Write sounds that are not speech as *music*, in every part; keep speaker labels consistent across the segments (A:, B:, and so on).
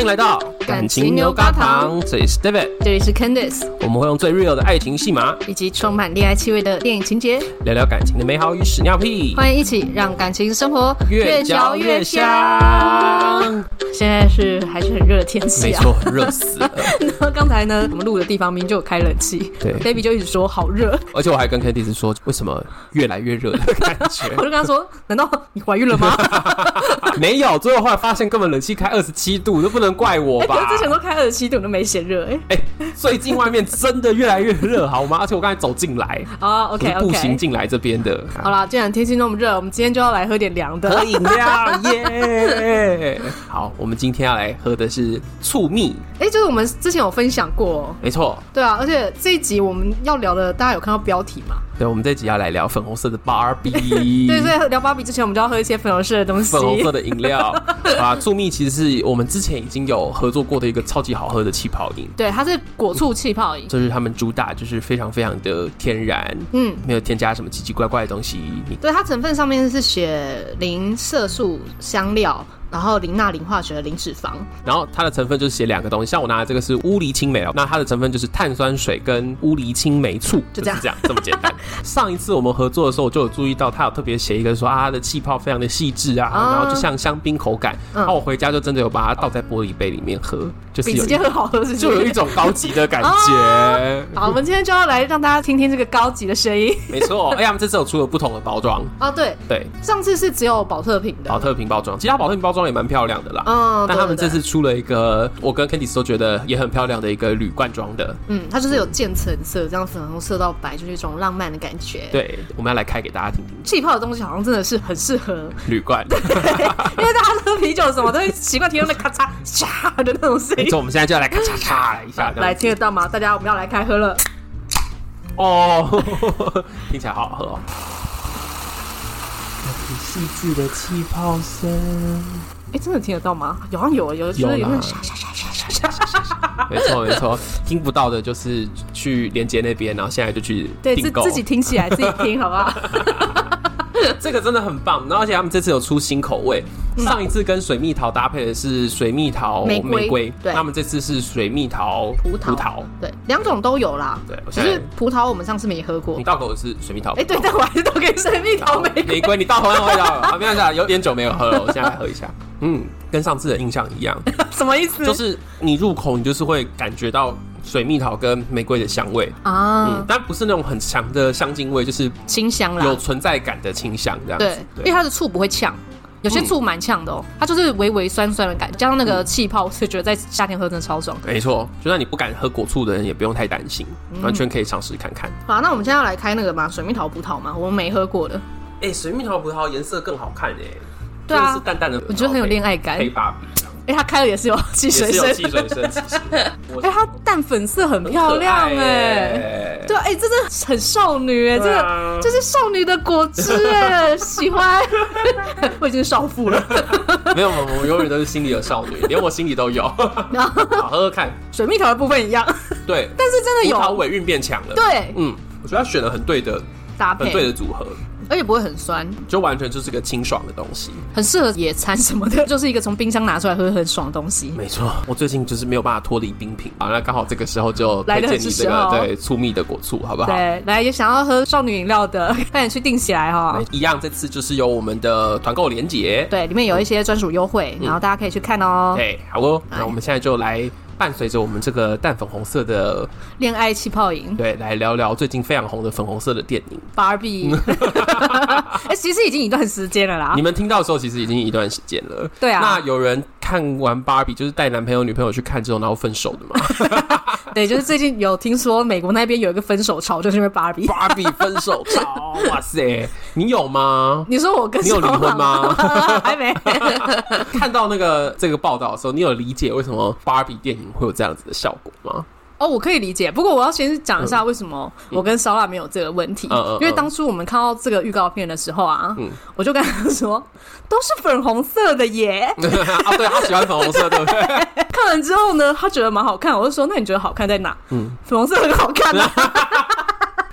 A: 迎来到
B: 感情牛轧糖，
A: 这里是 David，
B: 这里是 Candice，
A: 我们会用最 real 的爱情戏码
B: 以及充满恋爱气味的电影情节，
A: 聊聊感情的美好与屎尿屁，
B: 欢迎一起让感情生活
A: 嚼越香。
B: 现在是还是很热的天气
A: 没
B: 啊。
A: 错，热死了。
B: *laughs* 然后刚才呢，我们录的地方明明就有开冷气，
A: 对
B: ，baby 就一直说好热，
A: 而且我还跟 Candice 说，为什么越来越热的感觉
B: *laughs* 我？就跟他说，难道你怀孕了吗？
A: 没有，最后后来发现根本冷气开二十七度，都不能怪我 *laughs* 吧
B: *laughs* 我？之前都开二十七度，我都没嫌热哎。
A: 哎、最近外面真的越来越热，好吗？而且我刚才走进
B: *laughs*
A: 来
B: 啊，OK
A: 我是步行
B: OK，
A: 进来这边的。
B: 好啦，既然天气那么热，我们今天就要来喝点凉
A: 喝
B: 的。
A: 饮料耶！ *laughs* 好，我们今天要来喝的是醋蜜，
B: 哎，就是我们之前有分享过哦，
A: 没错。
B: 对啊，而且这一集我们要聊的，大家有看到标题吗？
A: 对，我们这集要来聊粉红色的芭比，对
B: *laughs* 对，所以聊芭比之前，我们就要喝一些粉红色的东西
A: 粉。红色的饮料啊，醋蜜其实是我们之前已经有合作过的一个超级好喝的气泡饮，
B: 对，它是果醋气泡饮。
A: 就是他们主打就是非常非常的天然，
B: 嗯，
A: 没有添加什么奇奇怪怪的东西。你
B: 对，它成分上面是写零色素、香料，然后零钠、零化学、零脂肪。
A: 然后它的成分就是写两个东西，像我拿的这个是乌梨青梅哦，那它的成分就是碳酸水跟乌梨青梅醋，
B: 就这
A: 是
B: 样
A: 这样这么简
B: *laughs*
A: 单。上一次我们合作的时候，我就有注意到它有特别写一个说啊，它的气泡非常的细致啊，
B: 啊
A: 然后就像香槟口感。
B: 嗯哦
A: 然后我回家就真的有把它倒在玻璃杯里面喝，就是
B: 比
A: 有
B: 直
A: 一
B: 接喝好喝是不是？
A: 就有一种高级的感
B: *laughs*
A: 觉。
B: 好，我们今天就要来让大家听听这个高级的声音
A: 没错，哎、他们这次有出了不同的包装，
B: 啊。对，
A: 对，
B: 上次是只有保特瓶的，
A: 保特瓶包装，其他保特瓶包装也蛮漂亮的啦。
B: 嗯，
A: 但
B: 对
A: 他们
B: 对
A: 这
B: 对
A: 次出了一个，我跟 Candice 都觉得也很漂亮的一个铝罐装的。
B: 嗯，它就是有渐层色，这样粉红色到白，就是一种浪漫的感觉。，
A: 对，我们要来开给大家听听
B: 气泡的东西好像真的是很适合 *laughs*
A: 铝罐。
B: 因为大家喝啤酒什么都会习惯听到那咔嚓嚓的那种声
A: 没
B: 音。
A: 错，我们现在 *laughs* 就要来咔嚓嚓一下，这样
B: 来听得到吗？大家，我们要来开喝了。
A: 哦， *laughs* 听起来好好喝哦。细致的气泡声，
B: 哎，真的听得到吗？好像有，有，就
A: 有
B: 是有那
A: 啦
B: 种沙沙沙沙沙沙。
A: 没错没错，听不到的就是去连接那边，然后现在就去
B: 对，自
A: 订购。
B: 自己听起来，自己听，好
A: *laughs*
B: 不好？
A: 这个真的很棒，然后而且他们这次有出新口味，
B: 嗯
A: 上一次跟水蜜桃搭配的是水蜜桃
B: 玫
A: 玫
B: 瑰对
A: 那他们这次是水蜜桃
B: 葡萄对，两种都有啦。
A: 对我
B: 只
A: 现在
B: 是葡萄我们上次没喝过
A: 你。倒口的是水蜜桃，
B: 哎，对，但我还是都给神秘桃玫瑰。
A: 玫瑰，你倒口那味 *laughs* 道了，啊没关系啊，有点久没有喝了，我现在来喝一下， *laughs* 嗯，跟上次的印象一样，
B: *laughs* 什么意思？
A: 就是你入口你就是会感觉到水蜜桃跟玫瑰的香味，嗯
B: 啊，，
A: 但不是那种很强的香精味，就是
B: 清香
A: 有
B: 啦。
A: 存在感的清香这样子
B: 对，因为它的醋不会呛。有些
A: 嗯
B: 醋蛮呛的哦，它就是微微酸酸的感觉，加上那个气泡，就觉得在夏天喝真的超爽。
A: 没错，就算你不敢喝果醋的人也不用太担心，完全可以尝试看看。
B: 好，啊那我们现在要来开那个嘛，水蜜桃葡萄嘛，我们没喝过的，
A: 哎、水蜜桃葡萄颜色更好看哎、
B: 对啊
A: 真的是淡淡的，
B: 我觉得很有恋
A: 爱
B: 爱感。
A: 黑
B: 哎、
A: 芭比，
B: 它开了也是有汽
A: 也
B: 水
A: 是有
B: 声，
A: 汽 *laughs* 水声，其 *laughs* 实
B: 哎、它淡粉色很漂亮哎、
A: 哎、
B: 对，哎、真的很少女哎、这
A: 对
B: 个
A: 啊
B: 这是少女的果汁哎、喜欢。我已经是少妇
A: *laughs*
B: 了。
A: 没有，我我永远都是心里有少女，连我心里都
B: *laughs*
A: 有。好
B: 然后
A: 喝喝看，
B: 水蜜桃的部分一样，
A: 对，
B: 但是真的
A: 葡萄
B: 有
A: 尾韵变强了。，
B: 对
A: 嗯，我觉得他选了很对的，
B: 搭
A: 很嗯对
B: 配，
A: 的组合，
B: 而且不会很酸，
A: 就完全就是个清爽的东西。
B: 很适合野餐什么的， *laughs* 就是一个从冰箱拿出来喝很爽的东西。
A: 没错，我最近就是没有办法脱离冰品啊，那刚好这个时候就
B: 来
A: 推
B: 得
A: 荐你
B: 很
A: 这
B: 是时
A: 个
B: 候
A: 对醋蜜的果醋，好不好？
B: 对，来，也想要喝少女饮料的， *laughs* 快点去订起来哈、
A: 一样，这次就是有我们的团购连结。
B: 对，里面有一些专属优惠，然后大家可以去看哦。
A: 嗯对，好哦，那我们现在就来伴随着我们这个淡粉红色的，
B: 恋爱气泡饮
A: 对，来聊聊最近非常红的粉红色的电影。 *laughs*
B: ，Barbie，哎、其实已经一段时间了啦
A: 你。们听到的时候，其实已经一段时间了。
B: 啊对啊
A: 那有人看完芭比，就是带男朋友、女朋友去看之后，然后分手的
B: *laughs*
A: 吗？
B: 对，就是最近有听说美国那边有一个分手潮，就是因为 Barbie。
A: 芭比分手潮，哇塞，你有
B: *laughs*
A: 吗？
B: 你说我跟
A: 你有离婚
B: 小马
A: 吗？
B: *laughs*
A: *laughs*
B: 还没。
A: 看到那个这个报道的时候，你有理解为什么芭比电影会有这样子的效果
B: *laughs*
A: 吗？
B: 哦，我可以理解，不过我要先讲一下为什么我跟烧腊没有这个问题
A: 嗯嗯嗯嗯，
B: 因为当初我们看到这个预告片的时候啊
A: 嗯，
B: 我就跟他说都是粉红色的耶。 *laughs*
A: 啊，对，他喜欢粉红色，对不对？
B: 看完之后呢，他觉得蛮好看，我就说那你觉得好看在哪？
A: 嗯 *laughs*
B: 粉红色很好看啊。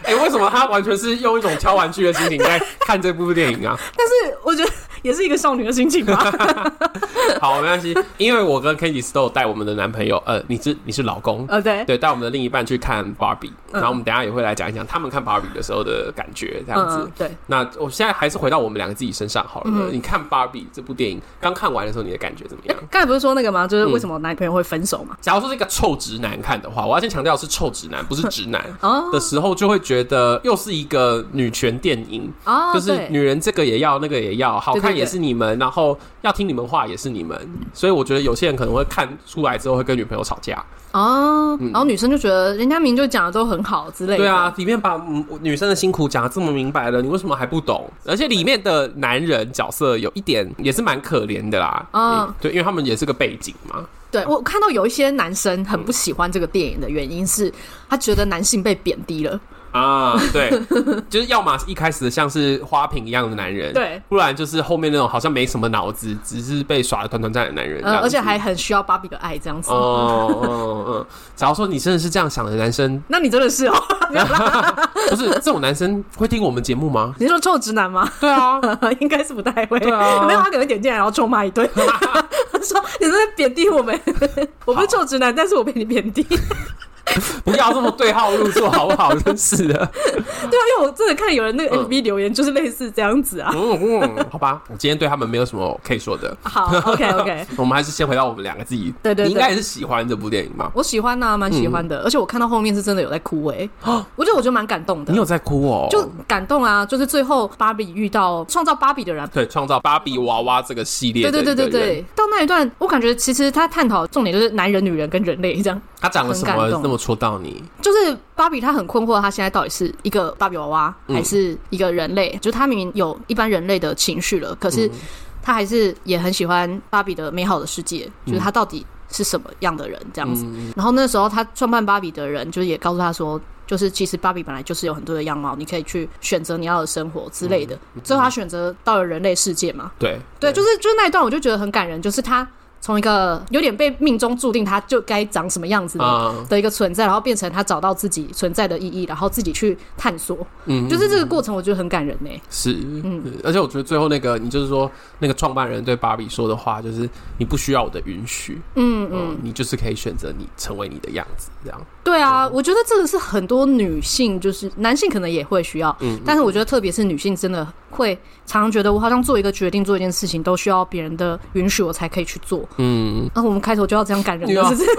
A: 哎、哎、为什么他完全是用一种敲玩具的心情在看这部电影啊？
B: 但是我觉得也是一个少女的心情吧。
A: *laughs* 好，没关系，因为我跟 Candy 都有带我们的男朋友，呃，你是你是老公，
B: 呃，
A: *laughs*
B: 对，
A: 对，带我们的另一半去看 Barbie，然
B: 嗯
A: 后我们等一下也会来讲一讲他们看 Barbie 的时候的感觉，这
B: 嗯
A: 样子。
B: 嗯，对，
A: 那我现在还是回到我们两个自己身上好了。你看《芭比》这部电影刚看完的时候，你的感觉怎
B: *laughs*
A: 么样？
B: 刚才不是说那个吗？就是为什么男朋友会分手嘛？
A: 假如说是一个臭直男看的话，我要先强调是臭直男，不是直男
B: *laughs* 哦
A: 的时候，就会觉得又是一个女权电影，
B: 哦，
A: 就是
B: 对
A: 女人这个也要，那个也要，好
B: 对
A: 看
B: 对对
A: 也是你们，然后要听你们话也是你们，所以我觉得有些人可能会看出来之后会跟女朋友吵架。
B: 哦，然后女生就觉得人家明就讲的都很好之类的，
A: 对啊，，里面把嗯女生的辛苦讲的这么明白了，你为什么还不懂？而且里面的男人角色有一点也是蛮可怜的啦。
B: 嗯
A: 嗯，对，因为他们也是个背景嘛。
B: 对我看到有一些男生很不喜欢这个电影的原因是，他觉得男性被贬低了。
A: 啊，对，就是要么一开始像是花瓶一样的男人，
B: *laughs* 对，
A: 不然就是后面那种好像没什么脑子，只是被耍的团团转的男人这样
B: 呃，
A: 子，
B: 而且还很需要芭比的爱这样子。
A: 哦哦哦
B: *laughs*
A: 哦，假如说你真的是这样想的男生， *laughs*
B: 那你真的是哦？ *laughs*
A: 不是这种男生会听我们节目
B: *laughs*
A: 吗？
B: 你是说臭直男吗？
A: 对啊，
B: 应该是不太会，
A: 对啊
B: 没有他可能点进来然后臭骂一顿， *laughs* 他说你是在贬低我们， *laughs* 我不是臭直男，但是我被你贬低。 *laughs* 对啊
A: 不要这么对号入座好不好？真是的，
B: 啊，因为我真的看有人那个 FB 留言就是类似这样子啊。 *laughs*
A: 嗯嗯，好吧，我今天对他们没有什么可以说的。
B: 好，OK OK，
A: 我们还是先回到我们两个自己，
B: 对对对
A: 你应该也是喜欢这部电影吧？
B: 我喜欢呐、蛮喜欢的，而且我看到后面是真的有在哭诶、我觉得我觉得蛮感动的
A: 你。有在哭哦？
B: 就感动啊！就是最后芭比遇到创造芭比的人，
A: 对创造芭比娃娃这个系列
B: 对
A: 的
B: 对
A: 一个
B: 对
A: 人，
B: 对对，到那一段，我感觉其实他探讨重点就是男人、女人跟人类这样。
A: 他讲了什么
B: 很感动
A: 那么戳到你？
B: 就是芭比，她很困惑，她现在到底是一个芭比娃娃，
A: 嗯
B: 还是一个人类？就是她明明有一般人类的情绪了，可
A: 嗯
B: 是她还是也很喜欢芭比的美好的世界，就是她到底是什么样的人这样子。
A: 嗯
B: 然后那时候她创办芭比的人，就是也告诉她说。就是其实芭比本来就是有很多的样貌，你可以去选择你要的生活之类的。
A: 嗯
B: 最后她选择到了人类世界嘛，
A: 对
B: 对，就是就是那一段我就觉得很感人，就是她从一个有点被命中注定她就该长什么样子的
A: 啊，
B: 的一个存在，然后变成他找到自己存在的意义，然后自己去探索，
A: 嗯，
B: 就是这个过程，我觉得很感人欸呢、
A: 是，
B: 嗯
A: 而且我觉得最后那个，你就是说那个创办人对芭比说的话，就是你不需要我的允许，
B: 嗯嗯，
A: 嗯，你就是可以选择你成为你的样子，这样。
B: 对啊，我觉得这个是很多女性，就是男性可能也会需要，
A: 嗯
B: 但是我觉得特别是女性，真的会常常觉得我好像做一个决定、做一件事情，都需要别人的允许我才可以去做。
A: 嗯，
B: 啊，我们开头就要这样感人
A: 对
B: 了，
A: 啊
B: 是不是？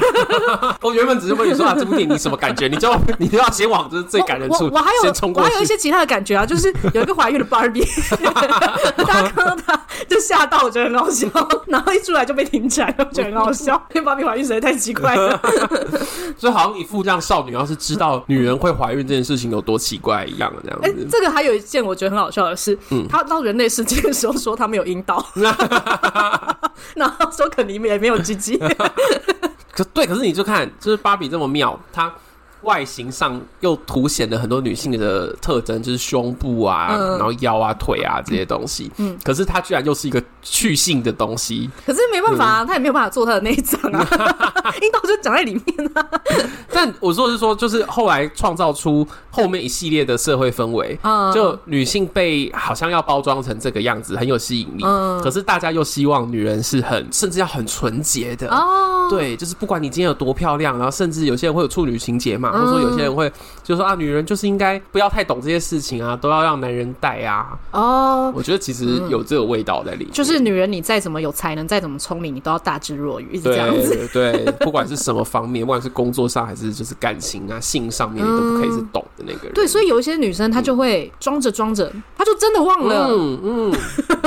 A: 我原本只是问你说啊，这部电影你什么感觉？你就要 *laughs* 你就要先往就是 *laughs* 最感人处
B: 我我我还有
A: 先冲
B: 我
A: 过
B: 还有一
A: 去。
B: 些其他的感觉啊，就是有一个怀孕的芭比，大家看到她就吓到，我觉得很好笑，然后一出来就被停起来，我觉得很好笑，因为芭比怀孕实在太奇怪了。
A: 所以好像一副这样少女要是知道女人会怀孕这件事情有多奇怪一样，这样
B: 哎、
A: 子。
B: 这个还有一件我觉得很好笑的是，
A: 嗯
B: 她到人类世界的时候说她没有阴
A: *laughs*
B: 道，然后说肯尼也没有鸡
A: *laughs*
B: 鸡，
A: 可
B: 哎
A: 对，可是你就看，就是芭比这么妙，她外形上又凸显了很多女性的特征，就是胸部啊，
B: 嗯
A: 然后腰啊、腿啊这些东西。嗯，可是她居然又是一个去性的东西，
B: 可是没办法啊，她也没有办法做她的内脏
A: *laughs*
B: 啊，阴道就长在里面啊。
A: 但我说的是说，就是后来创造出后面一系列的社会氛围，
B: 嗯
A: 就女性被好像要包装成这个样子，很有吸引力。
B: 嗯
A: 可是大家又希望女人是很，甚至要很纯洁的。
B: 哦，
A: 对，就是不管你今天有多漂亮，然后甚至有些人会有处女情节嘛，
B: 嗯
A: 或者说有些人会就说啊，女人就是应该不要太懂这些事情啊，都要让男人带啊。
B: 哦。
A: 我觉得其实有这个味道在里面，
B: 就是女人，你再怎么有才能，再怎么聪明，你都要大智若愚，是这
A: 对
B: 样子。
A: 对对，不管是什么方面，不管是工作上还是就是感情啊、性上面，你都不可以是懂的那个人。
B: 对，所以有一些女生她就会装着装着，她就真的忘了。
A: 嗯嗯，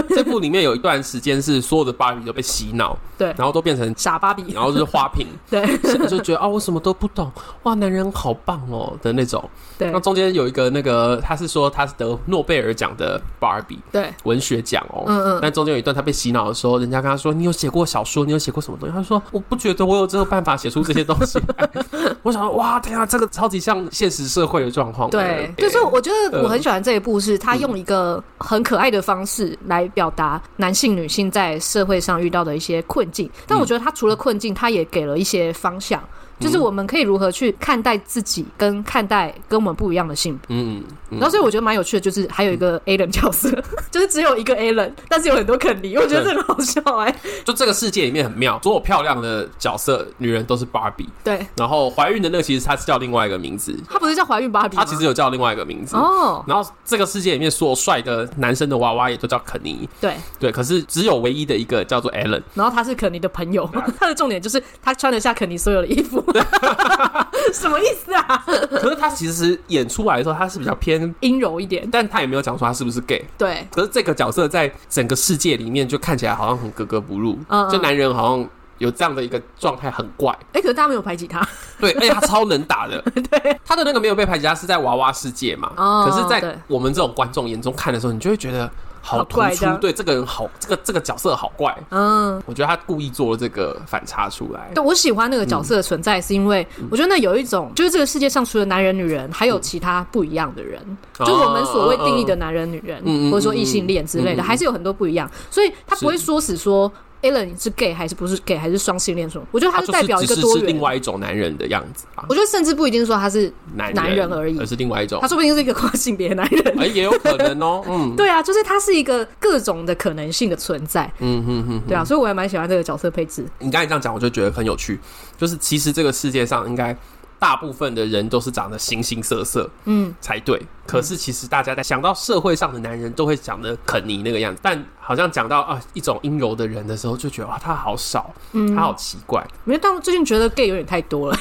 A: 这部里面有一段时间是所有的芭比都被洗脑，
B: 对，
A: 然后都变成， *laughs*
B: 傻芭比。
A: 然后就是花瓶，
B: 对
A: 就觉得啊，我什么都不懂，哇，男人好棒哦的那种。
B: 对
A: 那中间有一个那个，他是说他是得诺贝尔奖的芭比
B: 对，
A: 文学奖哦。
B: 嗯嗯
A: 但中间有一段他被洗脑的时候，人家跟他说：“你有写过小说？你有写过什么东西？”他说：“我不觉得我有这个办法写出这些东西。”
B: *laughs*
A: *laughs* 我想说，哇，天啊，这个超级像现实社会的状况。
B: 对，就是
A: 我
B: 我觉得
A: 呃
B: 我很喜欢这一部，是她
A: 嗯
B: 用一个很可爱的方式来表达男性、女
A: 嗯
B: 性在社会上遇到的一些困境。但我觉得她除了困境，她也给了一些方向。就是我们可以如何去看待自己，跟看待跟我们不一样的性别。
A: 嗯嗯嗯
B: 然后，所以我觉得蛮有趣的，就是还有一个 A 人角色，就是只有一个 A 人，但是有很多肯尼，我觉得这很好笑哎、
A: 就这个世界里面很妙，所有漂亮的角色女人都是芭比，
B: 对，
A: 然后怀孕的那个其实她是叫另外一个名字，
B: 她不是叫怀孕芭比吗？
A: 她其实有叫另外一个名字。
B: 哦，
A: 然后这个世界里面所有帅的男生的娃娃也都叫肯尼，
B: 对，
A: 对，可是只有唯一的一个叫做 Allen，
B: 然后他是肯尼的朋友，
A: 啊
B: *laughs* 他的重点就是他穿得下肯尼所有的
A: *laughs*
B: 衣服，什么意思啊？
A: 可是他其实演出来的时候他是比较偏，
B: 阴柔一点，
A: 但他也没有讲说他是不是 gay。
B: 对，
A: 可是这个角色在整个世界里面就看起来好像很格格不入，
B: 嗯嗯
A: 就男人好像有这样的一个状态很怪，
B: 哎、可是大家没有排挤他，
A: 对，而且他超能打的，
B: *laughs* 对，
A: 他的那个没有被排挤，他是在娃娃世界嘛。
B: 哦
A: 可是，
B: 对
A: 在我们这种观众眼中看的时候，你就会觉得好
B: 好
A: 突
B: 怪这
A: 出，
B: 样
A: 对这个人好，这个这个角色好怪。
B: 嗯。
A: 我觉得他故意做了这个反差出来。
B: 对，我喜欢那个角色的存在，是因为
A: 嗯
B: 我觉得那有一种，就是这个世界上除了男人、女人，还有其他不一样的人，
A: 哦
B: 就我们所谓定义的男人、女人，
A: 嗯嗯嗯
B: 或者说异性恋之类
A: 嗯
B: 的，
A: 嗯嗯
B: 还是有很多不一样，所以他不会
A: 是
B: 说死说 Alan 是 gay 还是不是 gay 还是双性恋什么，我觉得
A: 他
B: 是
A: 啊就
B: 代表一
A: 只是
B: 个多
A: 是
B: 元
A: 另。外一种男人的样子吧，
B: 我觉得甚至不一定是说他是，
A: 男
B: 男人而已
A: 而是另外一种
B: 他，说不定是一个跨性别男人。
A: 哎，也有可能哦。嗯
B: 对啊，就是他是一个各种的可能性的存在，
A: 嗯嗯嗯，
B: 对啊，所以我也蛮喜欢这个角色配置。
A: 你刚才这样讲，我就觉得很有趣。就是其实这个世界上应该大部分的人都是长得形形色色
B: 嗯，
A: 才对，可是其实大家在想到社会上的男人，都会想的肯尼那个样子。但好像讲到啊一种阴柔的人的时候，就觉得哇，他好少，
B: 嗯
A: 他好奇怪，
B: 因为但我最近觉得 gay 有点太多了，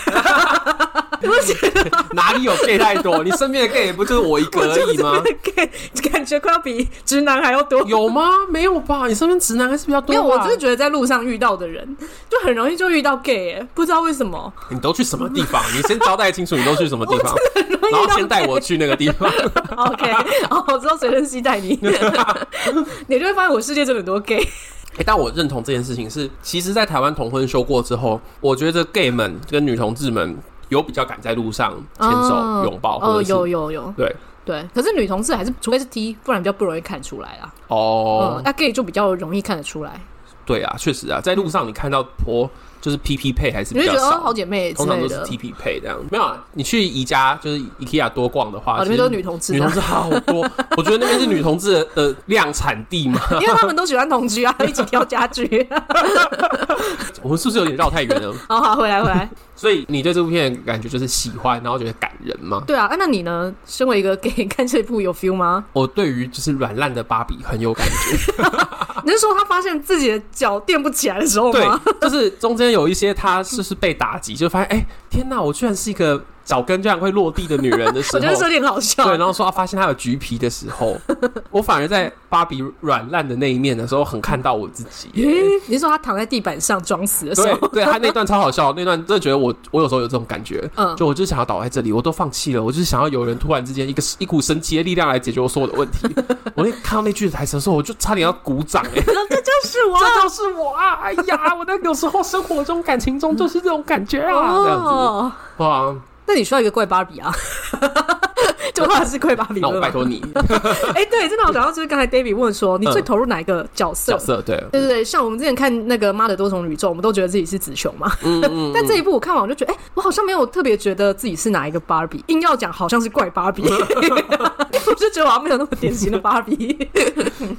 B: *laughs* 你不觉得
A: 哪里有 gay 太多？你身边的 gay 也不就是我一个
B: *laughs* 我就
A: 而
B: 是
A: 已吗？
B: gay 感觉快要比直男还要多。
A: 有吗？没有吧？你身边直男还是比较
B: 没
A: 多
B: 有，我
A: 吧
B: 只是觉得在路上遇到的人，就很容易就遇到 gay，、欸、不知道为什么。
A: 你都去什么地方？你先交代清楚，你都去什么地
B: *laughs*
A: 方，然后先带我去那个地方。 *laughs*
B: OK，哦，我知道随身携带你，你就会发现我世界真的很多 gay。
A: 欸但我认同这件事情是，其实，在台湾同婚修过之后，我觉得 gay 们跟女同志们有比较敢在路上牵手、
B: 哦
A: 拥抱，
B: 哦，
A: 或者是、
B: 有有有，
A: 对
B: 对。可是女同志还是，除非是 T，不然比较不容易看出来啦。
A: 哦
B: 嗯，，那 gay 就比较容易看得出来，
A: 对啊，确实啊，在路上你看到婆就是 P P 配还是
B: 你
A: 比
B: 就觉
A: 较
B: 得哦，
A: 少。
B: 好姐妹之
A: 通常
B: 类
A: 都是
B: 的
A: T。P 配这样，没有啊。你去宜家就是 IKEA 多逛的话，
B: 哦，里面
A: 其
B: 都
A: 实
B: 是女同志
A: 女
B: 啊
A: 同，志好多。我觉得那边是女同志的量产地嘛。
B: *laughs* 因为他们都喜欢同居啊，一起挑
A: *laughs*
B: 家具。
A: 我们是不是有点绕太远了？
B: 好好，回来回来。
A: 所以你对这部片的感觉就是喜欢，然后觉得感人吗？
B: 对啊，啊那你呢？身为一个 gay，看这部有
A: *laughs*
B: feel 吗？
A: 我对于就是软烂的芭比很有感觉。
B: 你是说他发现自己的脚垫不起来的时候
A: 对
B: 哦吗？，
A: 就是中间有一些她就是被打击，就发现哎、天哪，我居然是一个脚跟居然会落地的女人的时
B: *laughs* 我觉得
A: 候。
B: 这有点好笑。
A: 对，然后说她啊发现她有橘皮的时候，我反而在芭比软烂的那一面的时候，很看到我自己耶。
B: 诶你是说他躺在地板上装死的时
A: 对
B: 候，，
A: 对她那段超好笑，那段真的觉得我，我有时候有这种感觉，
B: 嗯，
A: 就我就想要倒在这里，我都放弃了，我就是想要有人突然之间一个 *laughs* 一股神奇的力量来解决我所有的问题。 *laughs* 我那看到那句台词的时候，我就差点要鼓掌哎、
B: 这就是我。
A: 这就是我啊！哎呀，我在有时候生活中、感情中就是这种感觉啊，这样
B: 哦，
A: 子哇！
B: 那你需要一个怪芭比啊。 *laughs* 就他是怪芭比
A: 那我
B: 了
A: 拜。托你，
B: 哎、对，真的，我想到就是刚才 David 问说，你最
A: 嗯
B: 投入哪一个角色？
A: 角色对，
B: 对对对，像我们之前看那个《妈的多重宇宙》，我们都觉得自己是紫熊嘛。
A: 嗯嗯，
B: *laughs* 但这一部我看完，我就觉得，哎、我好像没有特别觉得自己是哪一个芭比，硬要讲好像是怪
A: *laughs*
B: 芭比，我就觉得我好像没有那么典型的芭比。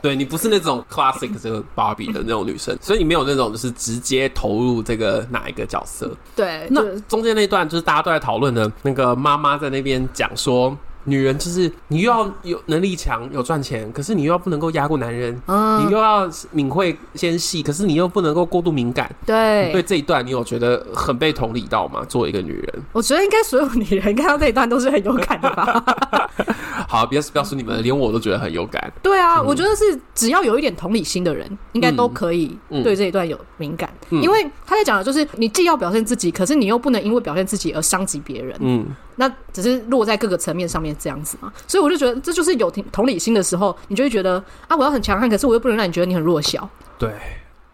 A: 对你不是那种 classic 这个芭比的那种女生，所以你没有那种就是直接投入这个哪一个角色。
B: 对，
A: *laughs* 那
B: 就是
A: 中间那段就是大家都在讨论的，那个妈妈在那边讲说。女人就是你又要有能力强、有赚钱，可是你又要不能够压过男人，你
B: 嗯，
A: 又要敏慧纤细，可是你又不能够过度敏感。
B: 对，
A: 对这一段，你有觉得很被同理到吗？作为一个女人，
B: 我觉得应该所有女人看到这一段都是很有感的
A: *laughs*
B: 吧？
A: 好，别不要说你们，连我都觉得很有感。
B: 对啊，我觉得是只要有一点同理心的人，应该都可以
A: 嗯嗯
B: 对这一段有敏感，
A: 嗯
B: 因为他在讲的就是你既要表现自己，可是你又不能因为表现自己而伤及别人，
A: 嗯，
B: 那只是落在各个层面上面这样子嘛。所以我就觉得这就是有同同理心的时候，你就会觉得啊，我要很强悍，可是我又不能让你觉得你很弱小。
A: 对，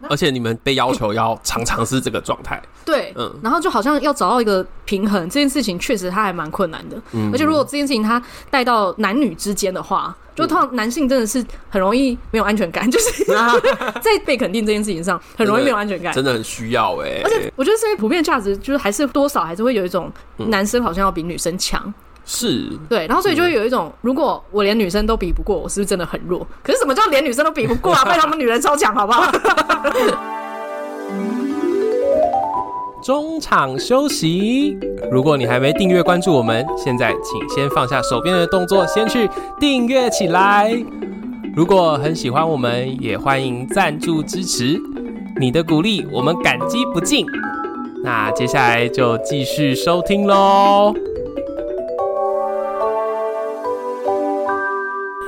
A: 而且你们被要求要常常是这个状态，
B: 对，
A: 嗯
B: 然后就好像要找到一个平衡，这件事情确实它还蛮困难的。
A: 嗯
B: 而且如果这件事情它带到男女之间的话，
A: 嗯
B: 就通常男性真的是很容易没有安全感，就是 *laughs*
A: *laughs*
B: 在被肯定这件事情上很容易没有安全
A: 嗯
B: 感。
A: 真的很需要哎、
B: 而且我觉得现在普遍价值就是还是多少还是会有一种
A: 嗯
B: 男生好像要比女生强，
A: 是
B: 对，然后所以就会有一种，如果我连女生都比不过，我是不是真的很弱？可是什么叫连女生都比不过 *laughs* 啊？被他们女人超强，好不 *laughs* 好？
A: 中场休息。如果你还没订阅关注我们，现在请先放下手边的动作，先去订阅起来。如果很喜欢我们，也欢迎赞助支持，你的鼓励我们感激不尽。那接下来就继续收听喽。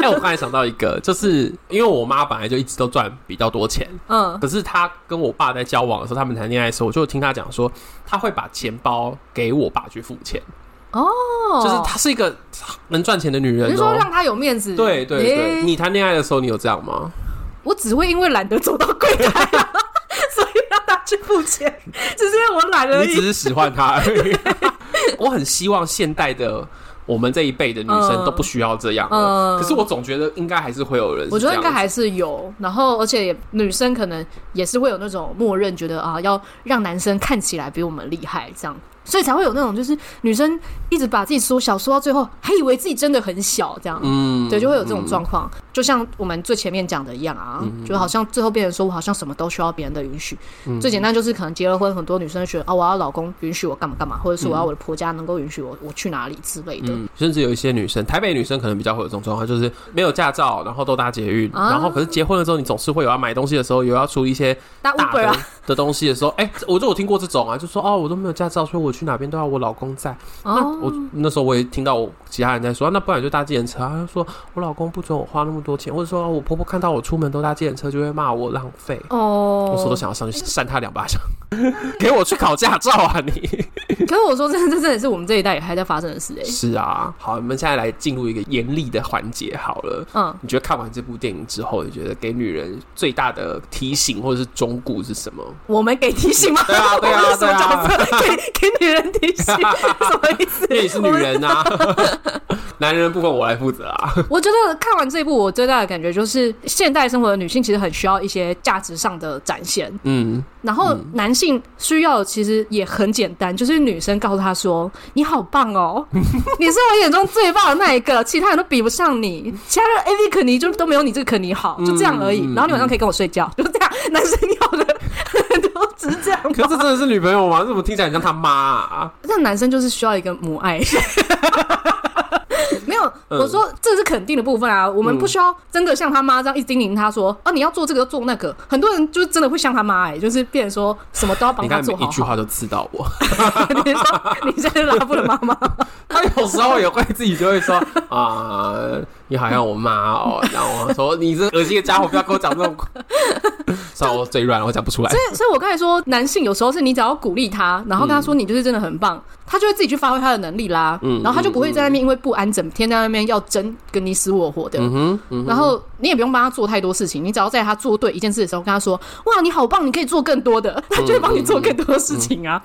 A: 哎、我刚才想到一个，就是因为我妈本来就一直都赚比较多钱，
B: *laughs* 嗯，
A: 可是他跟我爸在交往的时候，他们谈恋爱的时候，我就听他讲说，他会把钱包给我爸去付钱，
B: 哦
A: 就是她是一个能赚钱的女
B: 你
A: 人
B: 是说
A: 哦、
B: 让他有面子？
A: 对对对，
B: 耶
A: 你谈恋爱的时候，你有这样吗？
B: 我只会因为懒得走到柜台， *laughs* 所以让他去付钱，只是因为我懒而
A: 你只
B: 已。
A: 是使唤他而
B: *laughs*
A: 已。我很希望现代的我们这一辈的女生
B: 嗯
A: 都不需要这样了，
B: 嗯
A: 可是我总觉得应该还是会有人是这样子，
B: 我觉得应该还是有，然后而且也女生可能也是会有那种默认，觉得啊要让男生看起来比我们厉害这样，所以才会有那种就是女生一直把自己缩小，缩到最后还以为自己真的很小这样。
A: 嗯
B: 对，就会有这种
A: 嗯
B: 状况，就像我们最前面讲的一样啊，就好像最后变成说我好像什么都需要别人的允许。
A: 嗯
B: 最简单就是可能结了婚，很多女生觉得啊，我要老公允许我干嘛干嘛，或者是我要我的婆家能够允许我我去哪里之类的。
A: 嗯，甚至有一些女生，台北女生可能比较会有这种状况，就是没有驾照，然后都搭捷运，
B: 啊
A: 然后可是结婚了之后，你总是会有要买东西的时候，有要出一些
B: 但
A: 大
B: Uber
A: 的
B: 啊，
A: 的东西的时候，哎、我就有听过这种啊，就说哦，我都没有驾照，所以我去哪边都要我老公在。那
B: 哦，
A: 我那时候我也听到我其他人在说，那不然就搭计程车啊，他就说我老公不准我花那么多钱，或者说哦我婆婆看到我出门都搭计程车就会骂我浪费。我说都
B: 哦，
A: 想要上去扇他两巴掌， *laughs* 给我去考驾照啊你！
B: 可是我说真的，这真的是我们这一代也还在发生的事哎、
A: 是啊，好，我们现在来进入一个严厉的环节好了。
B: 嗯，
A: 你觉得看完这部电影之后，你觉得给女人最大的提醒或者是忠告是什么？
B: 我们给提醒吗？
A: 对啊对啊
B: 我们是 *laughs* 什么角
A: 对
B: 色？给给女人提醒什么意思？ *laughs*
A: 因为你是女
B: 我们
A: 人啊， *laughs* 男人的部分我来负责啊。
B: 我觉得看完这一部，我最大的感觉就是，现代生活的女性其实很需要一些价值上的展现，
A: 嗯，
B: 然后男性需要的其实也很简单，就是女生告诉他说：“你好棒哦， *laughs* 你是我眼中最棒的那一个，其他人都比不上你，其他人 A V 肯尼就都没有你这个肯尼好，就这样而已。
A: 嗯嗯嗯
B: 然后你晚上可以跟我睡觉，就这样。 *laughs* 男生要的都只是这样
A: 可是这真的是女朋友吗？这怎么听起来很像他妈啊？
B: 那男生就是需要一个母爱。 *laughs* 没有，
A: 嗯
B: 我说这是肯定的部分啊。我们
A: 嗯
B: 不需要真的像他妈这样一直叮咛他说：“啊，你要做这个，做那个。”很多人就是真的会像他妈哎、就是变成说什么都要帮
A: 你
B: 他
A: 看每
B: 做
A: 一
B: 好
A: 句
B: 好。
A: 话都刺到我。
B: *laughs* 你说你现在是拉布的妈 *laughs* 妈，
A: 他有时候也会自己就会说 *laughs* 啊，你好像我妈哦，然后我说你这恶心的家伙，不要跟我讲这
B: *laughs*
A: 种话。算了，我嘴软了，我讲不出来
B: 所。以所以我刚才说，男性有时候是你只要鼓励他，然后跟他说你就是真的很棒，他就会自己去发挥他的能力啦。
A: 嗯
B: 然后他就不会在那边因为不安，整天在那边要争跟你死我活的。
A: 嗯哼，嗯
B: 然后你也不用帮他做太多事情，你只要在他做对一件事的时候跟他说：“哇，你好棒，你可以做更多的。” *laughs* 他就会帮你做更多的事情啊。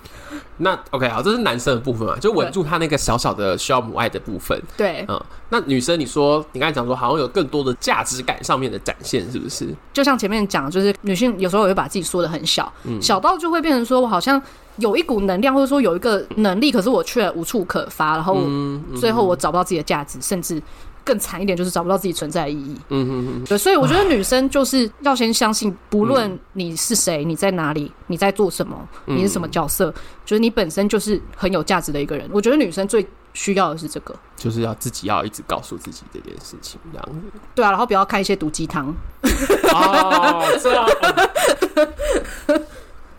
A: 那 OK 好，这是男生的部分嘛，就稳住他那个小小的需要母爱的部分。
B: 对，
A: 嗯，那女生，你说你刚才讲说好像有更多的价值感上面的展现，是不是？
B: 就像前面讲的，就是女性有时候也会把自己缩的很小，小到就会变成说我好像有一股能量，或者说有一个能力，可是我却无处可发，然后
A: 嗯
B: 最后我找不到自己的价值，甚至更惨一点就是找不到自己存在的意义。
A: 嗯哼哼，
B: 对，所以我觉得女生就是要先相信，不
A: 嗯
B: 论你是谁，你在哪里，你在做什么，你是什
A: 嗯
B: 么角色，就是你本身就是很有价值的一个人。我觉得女生最需要的是这个，
A: 就是要自己要一直告诉自己这件事情，这样子。
B: 对啊，然后不要看一些毒鸡汤。
A: 哦，这样。 *laughs*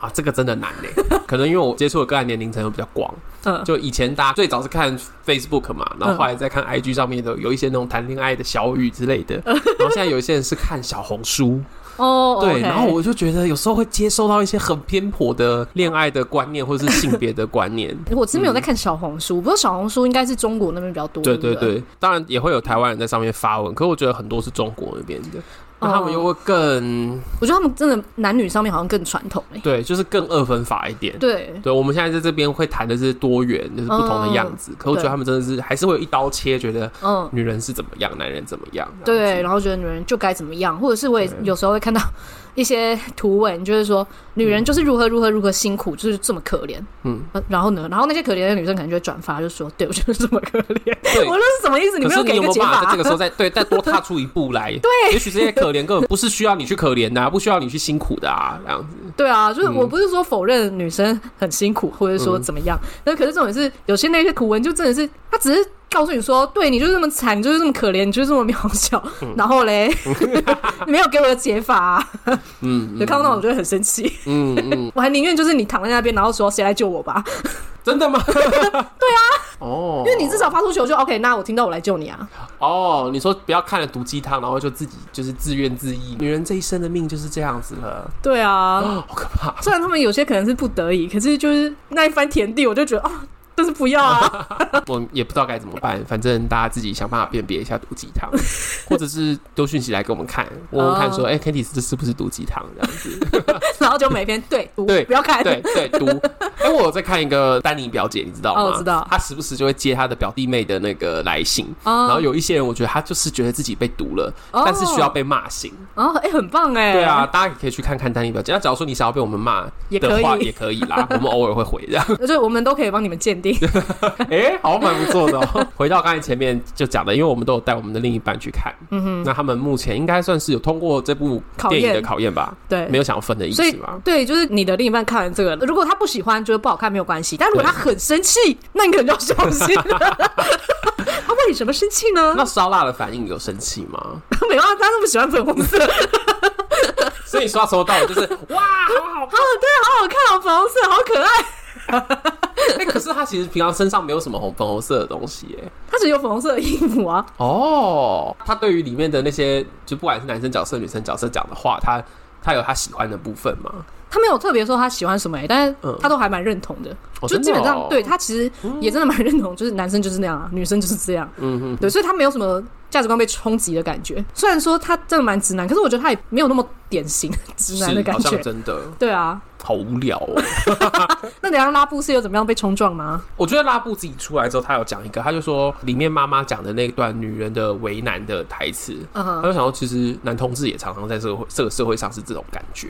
A: 啊，这个真的难呢、可能因为我接触的个案年龄层又比较广，
B: 嗯，
A: 就以前大家最早是看 Facebook 嘛，然后
B: 嗯
A: 后来再看 IG 上面的有一些那种谈恋爱的小语之类的，然后现在有一些人是看小红书，
B: 哦，
A: 对，
B: OK
A: 然后我就觉得有时候会接收到一些很偏颇的恋爱的观念或者是性别的观念，
B: 我是没有在看小红书，不过小红书应该是中国那边比较多。
A: 对
B: 对
A: 对
B: 不对，
A: 对，当然也会有台湾人在上面发文，可我觉得很多是中国那边的，那他们又会更
B: 嗯我觉得他们真的男女上面好像更传统哎、
A: 对，就是更二分法一点。
B: 对，
A: 对，我们现在在这边会谈的是多元，就是不同的样子。可我觉得
B: 嗯对
A: 他们真的是还是会有一刀切，觉得
B: 嗯，
A: 女人是怎么样，男人怎么样。这样
B: 对，
A: 子，
B: 然后觉得女人就该怎么样，或者是我也
A: 对
B: 有时候会看到一些图文，就是说女人就是如何如何如何辛苦，就是这么可怜。
A: 嗯，
B: 呃然后呢，然后那些可怜的女生可能就会转发，就说：“对我就是这么可怜。”
A: 对
B: 我。说是什么意思？你
A: 可
B: 没
A: 是
B: 有
A: 你
B: 给一
A: 有没
B: 个
A: 有
B: 解
A: 办法
B: 法
A: 在这个时候再对再多踏出一步
B: *laughs*
A: 来？对，也许这些可怜根本不是需要你去可怜的、啊，不需要你去辛苦的啊，这样子。
B: 对啊，就是
A: 嗯
B: 我不是说否认女生很辛苦，或者说怎么
A: 嗯
B: 样，那、可是重点是有些那些图文就真的是，他只是告诉你说，对你就是这么惨，你就是这么可怜，你就是这么渺小，然后
A: *laughs*
B: 嘞，你没有给我的解法、啊，
A: 嗯，
B: 有看到那种我就会很生气，
A: 嗯嗯，
B: 我还宁愿就是你躺在那边，然后说谁来救我吧，
A: 真
B: *laughs*
A: 的吗？对啊。哦，
B: 因为你至少发出求救，OK，那我听到我来救你啊，
A: 哦，你说不要看了毒鸡汤，然后就自己就是自怨自艾。女人这一生的命就是这样子了，哦
B: 对啊，
A: 好可怕。
B: 虽然他们有些可能是不得已，可是就是那一番田地，我就觉得啊。真是不要
A: *laughs*
B: 啊！
A: 我也不知道该怎么办，反正大家自己想办法辨别一下毒鸡
B: *laughs*
A: 汤，或者是丢讯息来给我们看，问问看说，
B: 哦
A: 哎、k i t t y 这是不是毒鸡汤这样子？
B: 然后就每天对读
A: 对
B: 不要看，
A: 对对，毒。哎、我有在看一个丹尼表姐，你知道吗？
B: 哦我知道
A: 她时不时就会接她的表弟妹的那个来信，
B: 哦
A: 然后有一些人，我觉得她就是觉得自己被毒了，
B: 哦
A: 但是需要被骂醒。
B: 哦，哎、很棒哎、
A: 对啊，，大家也可以去看看丹尼表姐。那假如说你想要被我们骂
B: 也
A: 的话，
B: 可以
A: 也可以啦，我们偶尔会回这样。
B: 就是我们都可以帮你们鉴定。
A: *laughs* 哎、好像蛮不错的、哦。 *laughs* 回到刚才前面就讲的，因为我们都有带我们的另一半去看，
B: 嗯哼，
A: 那他们目前应该算是有通过这部电影的考验吧？
B: 对，
A: 没有想要分的意
B: 所
A: 思
B: 以
A: 吧？
B: 对，就是你的另一半看完这个，如果他不喜欢，觉得不好看没有关系，但如果他很生气，那你可能就要小心
A: *laughs*
B: 了。他为什么生气呢？
A: 那烧蜡的反应有生气
B: *laughs*
A: 吗？
B: 没有啊，他那么喜欢粉红色，好
A: 所以你刷从头到尾就是哇，好好看。
B: 啊对，好好看哦，粉红色好可爱。
A: 哎、可是他其实平常身上没有什么红粉红色的东西耶。
B: 他只有粉红色的衣服啊，
A: 哦，他对于里面的那些，就不管是男生角色、女生角色讲的话，他他有他喜欢的部分吗？
B: 他没有特别说他喜欢什么、欸，但是
A: 嗯
B: 他都还蛮认同的，
A: 哦
B: 就
A: 真的
B: 基本上、
A: 哦
B: 对他其实也真的蛮认同，就是男生就是那样啊，女生就是这样，
A: 嗯哼，
B: 对，所以他没有什么价值观被冲击的感觉。虽然说他真的蛮直男，可是我觉得他也没有那么典型直男的
A: 是
B: 感
A: 好像
B: 觉。
A: 真的
B: 对啊，
A: 好无聊哦。
B: 那你要拉布是又怎么样被冲撞吗？
A: 我觉得拉布自己出来之后，他有讲一个，他就说里面妈妈讲的那段女人的为难的台词，
B: 嗯
A: 他
B: 哼，
A: 就想到其实男同志也常常在社会这个社会上是这种感觉。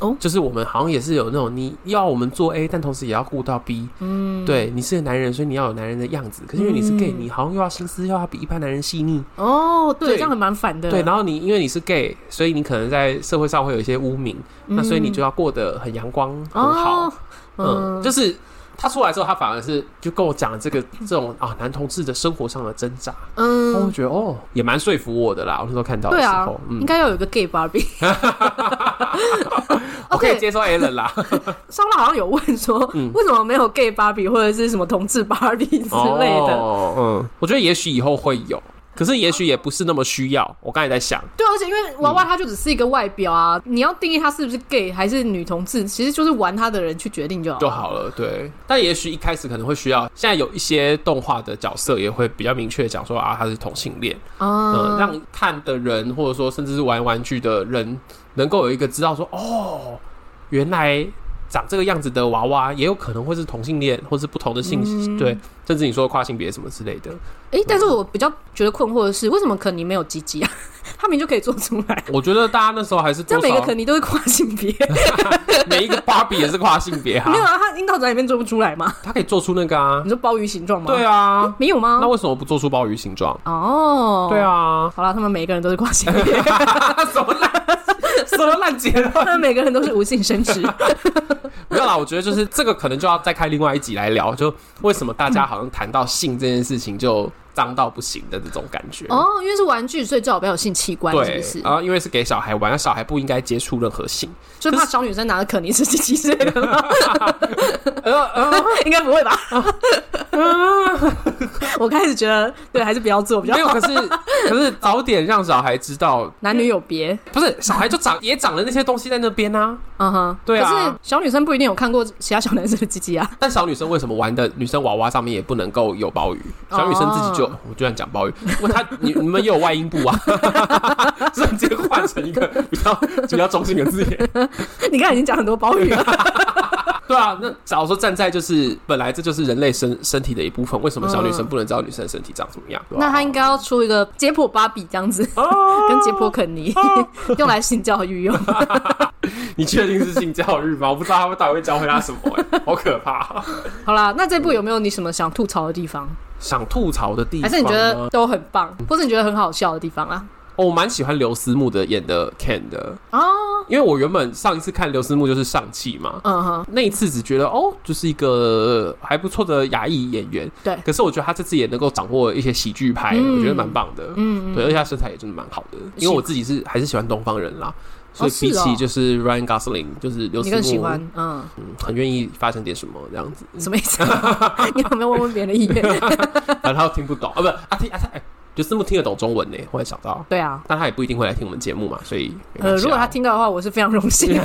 B: 哦
A: 就是我们好像也是有那种你要我们做 A，但同时也要顾到 B。嗯，对，你是个男人，所以你要有男人的样子。可是因为你是 gay，、你好像又要心思又要比一般男人细腻。
B: 哦，对，
A: 对
B: 这样还蛮反的。
A: 对，然后你因为你是 gay，所以你可能在社会上会有一些污名，那所以你就要过得很阳光、很好。
B: 哦，
A: 嗯，
B: 嗯，
A: 就是他出来之后，他反而是就跟我讲了这个这种啊男同志的生活上的挣扎，我
B: 嗯
A: 会，觉得哦也蛮说服我的啦。我那时候看到的
B: 对
A: 时
B: 啊
A: 候，，
B: 应
A: 嗯，
B: 该要有一个 gay 芭比。
A: 我可以
B: 对
A: 接受 Alan 啦。
B: 烧腊好像有问说，
A: 嗯
B: 为什么没有 gay 芭比或者是什么同志芭比 *laughs* 之类的？
A: 哦，嗯，我觉得也许以后会有，可是也许也不是那么需要。我刚才在想，
B: 对，而且因为娃娃它就只是一个外表啊，你要定义它是不是 gay 还是女同志，其实就是玩它的人去决定就好。
A: 就好了，对。但也许一开始可能会需要，现在有一些动画的角色也会比较明确地讲说啊，他是同性恋，嗯，
B: 啊，
A: 让看的人或者说甚至是玩玩具的人能够有一个知道说，哦，原来长这个样子的娃娃也有可能会是同性恋，或是不同的性、
B: 嗯
A: 对，甚至你说跨性别什么之类的，
B: 哎、但是我比较觉得困惑的是，为什么肯尼没有鸡鸡啊？ *laughs* 他明明就可以做出来，
A: 我觉得大家那时候还是
B: 这
A: 多
B: 样每个
A: 少
B: 肯尼都是跨性
A: *laughs*
B: 别，
A: 啊每一个芭比也是跨性别哈、
B: *laughs* 没有啊？他阴道在里面做不出来吗？
A: 他可以做出那个啊
B: 你，说鲍鱼形状吗？
A: 对啊，
B: 没有吗
A: 那？为什么不做出鲍鱼形状？
B: 嗯哦，
A: 对，啊， *laughs*
B: 好啦，他们每个人都是跨性别，
A: 什么烂什么烂结论？
B: 他们每个人都是无性
A: *laughs*
B: 生殖。
A: 没有啦，我觉得就是这个可能就要再开另外一集来聊，就为什么大家好像谈到性这件事情就脏到不行的这种感觉。
B: 哦，因为是玩具，所以最好不要有性器官，是
A: 对
B: 不是，
A: 然？后因为是给小孩玩，小孩不应该接触任何性。
B: 就怕小女生拿着肯尼是鸡鸡之类 *laughs* 的吗？
A: 呃呃，
B: 应该不会吧？我开始觉得对，还是不要做比较
A: 没有，
B: 好。
A: 可是可是早点让小孩知道，
B: 男女有别，
A: 不是小孩就长也长了那些东西在那边啊。
B: 嗯哼，
A: 对啊
B: 可是小女生不一定有看过其他小男生的鸡鸡啊。 *laughs*
A: 但小女生为什么玩的女生娃娃上面也不能够有鲍鱼？小女生自己就、
B: 哦
A: 我居然讲鲍鱼，问她你你们也有外阴部啊？ *laughs* 瞬间换成一个 *laughs* 比较比较中性的字眼。
B: 你刚才已经讲很多包语了，
A: 对啊，那假如说站在就是本来这就是人类身身体的一部分，为什么小女生不能知道女生的身体长什么样？对吧
B: *laughs* 那他应该要出一个解剖芭比这样子，哦
A: 啊，
B: *laughs* 跟解剖肯尼 *laughs* 用来性教育用。 *laughs*
A: 你确定是性教育吗？我不知道他们到底会教会她什么、 *laughs* 欸，好可怕、
B: 好啦，那这部有没有你什么想吐槽的地方？
A: 想吐槽的地
B: 还
A: 方吗，
B: 是你觉得都很棒，或是你觉得很好笑的地方啊？
A: 哦，我蛮喜欢刘思慕的演的 Ken 的，
B: 哦，
A: 因为我原本上一次看刘思慕就是上汽嘛，
B: 嗯哼，
A: 那一次只觉得哦，就是一个还不错的亚裔演员。
B: 对
A: 可是我觉得他这次也能够掌握一些喜剧派，
B: 嗯
A: 我觉得蛮棒的。
B: 嗯，
A: 对，而且他身材也真的蛮好的。因为我自己是还是喜欢东方人啦，所以
B: 是
A: 比起
B: 哦
A: 就是 Ryan Gosling，就是刘
B: 你
A: 思
B: 更喜
A: 慕，
B: 欢嗯
A: 嗯很愿意发生点什么这样子，
B: 什么意思？ *laughs* 你有没有问问别人的意愿？ *laughs*
A: 反正他都听不懂啊，不啊听啊他哎刘思慕听得懂中文呢，忽然想到。
B: 对啊，
A: 但他也不一定会来听我们节目嘛，所以没
B: 呃，
A: 关系啊
B: 如果他听到的话，我是非常荣幸。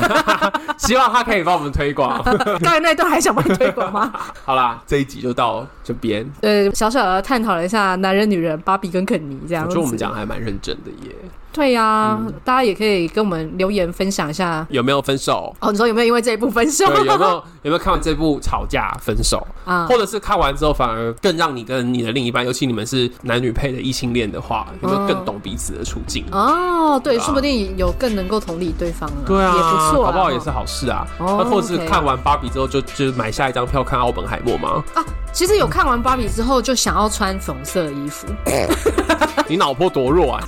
A: 希望他可以帮我们推广。 *laughs*
B: *laughs* 刚才那一段还想帮你推广吗？
A: 好啦，这一集就到这边。
B: *laughs* 对，小小的探讨了一下男人、女人、芭比跟肯尼这样
A: 我
B: 子。
A: 觉得我们讲得嗯还蛮认真的耶，
B: 对呀、大家也可以跟我们留言分享一下。
A: 有没有分手？
B: 哦，你说有没有因为这一部分手？
A: 对，
B: *laughs*
A: 有没有有没有看完这部吵架分手，
B: 啊
A: 或？者是看完之后反而更让你跟你的另一半，尤其你们是男女配的异性恋的话，有没有更懂彼此的处境？
B: 哦，对，
A: 对啊
B: 说不定有更能够同理对方啊，
A: 对啊，
B: 也不错啊，
A: 好不好？也
B: 哈
A: 是好事啊。
B: 哦
A: 那或者是
B: OK
A: 看完芭比之后就就买下一张票看奥本海默
B: *laughs*
A: 吗？
B: 啊。其实有看完芭比之后，就想要穿粉红色的衣服。
A: 你脑波多弱
B: *laughs*
A: 啊！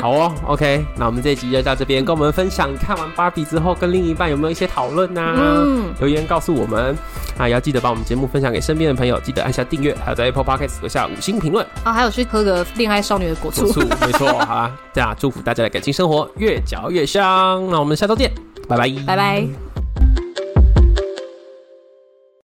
A: 好哦，OK，那我们这一集就到这边，跟我们分享看完芭比之后跟另一半有没有一些讨论呐？
B: 嗯
A: 留言告诉我们。那也要记得把我们节目分享给身边的朋友，记得按下订阅，还有在 Apple Podcast 留下五星评论。
B: 啊，还有去喝个恋爱少女的果
A: 不
B: 醋。
A: *laughs* 错，没错，好啦，这样祝福大家的感情生活越嚼越香。那我们下周见，拜拜，
B: 拜拜。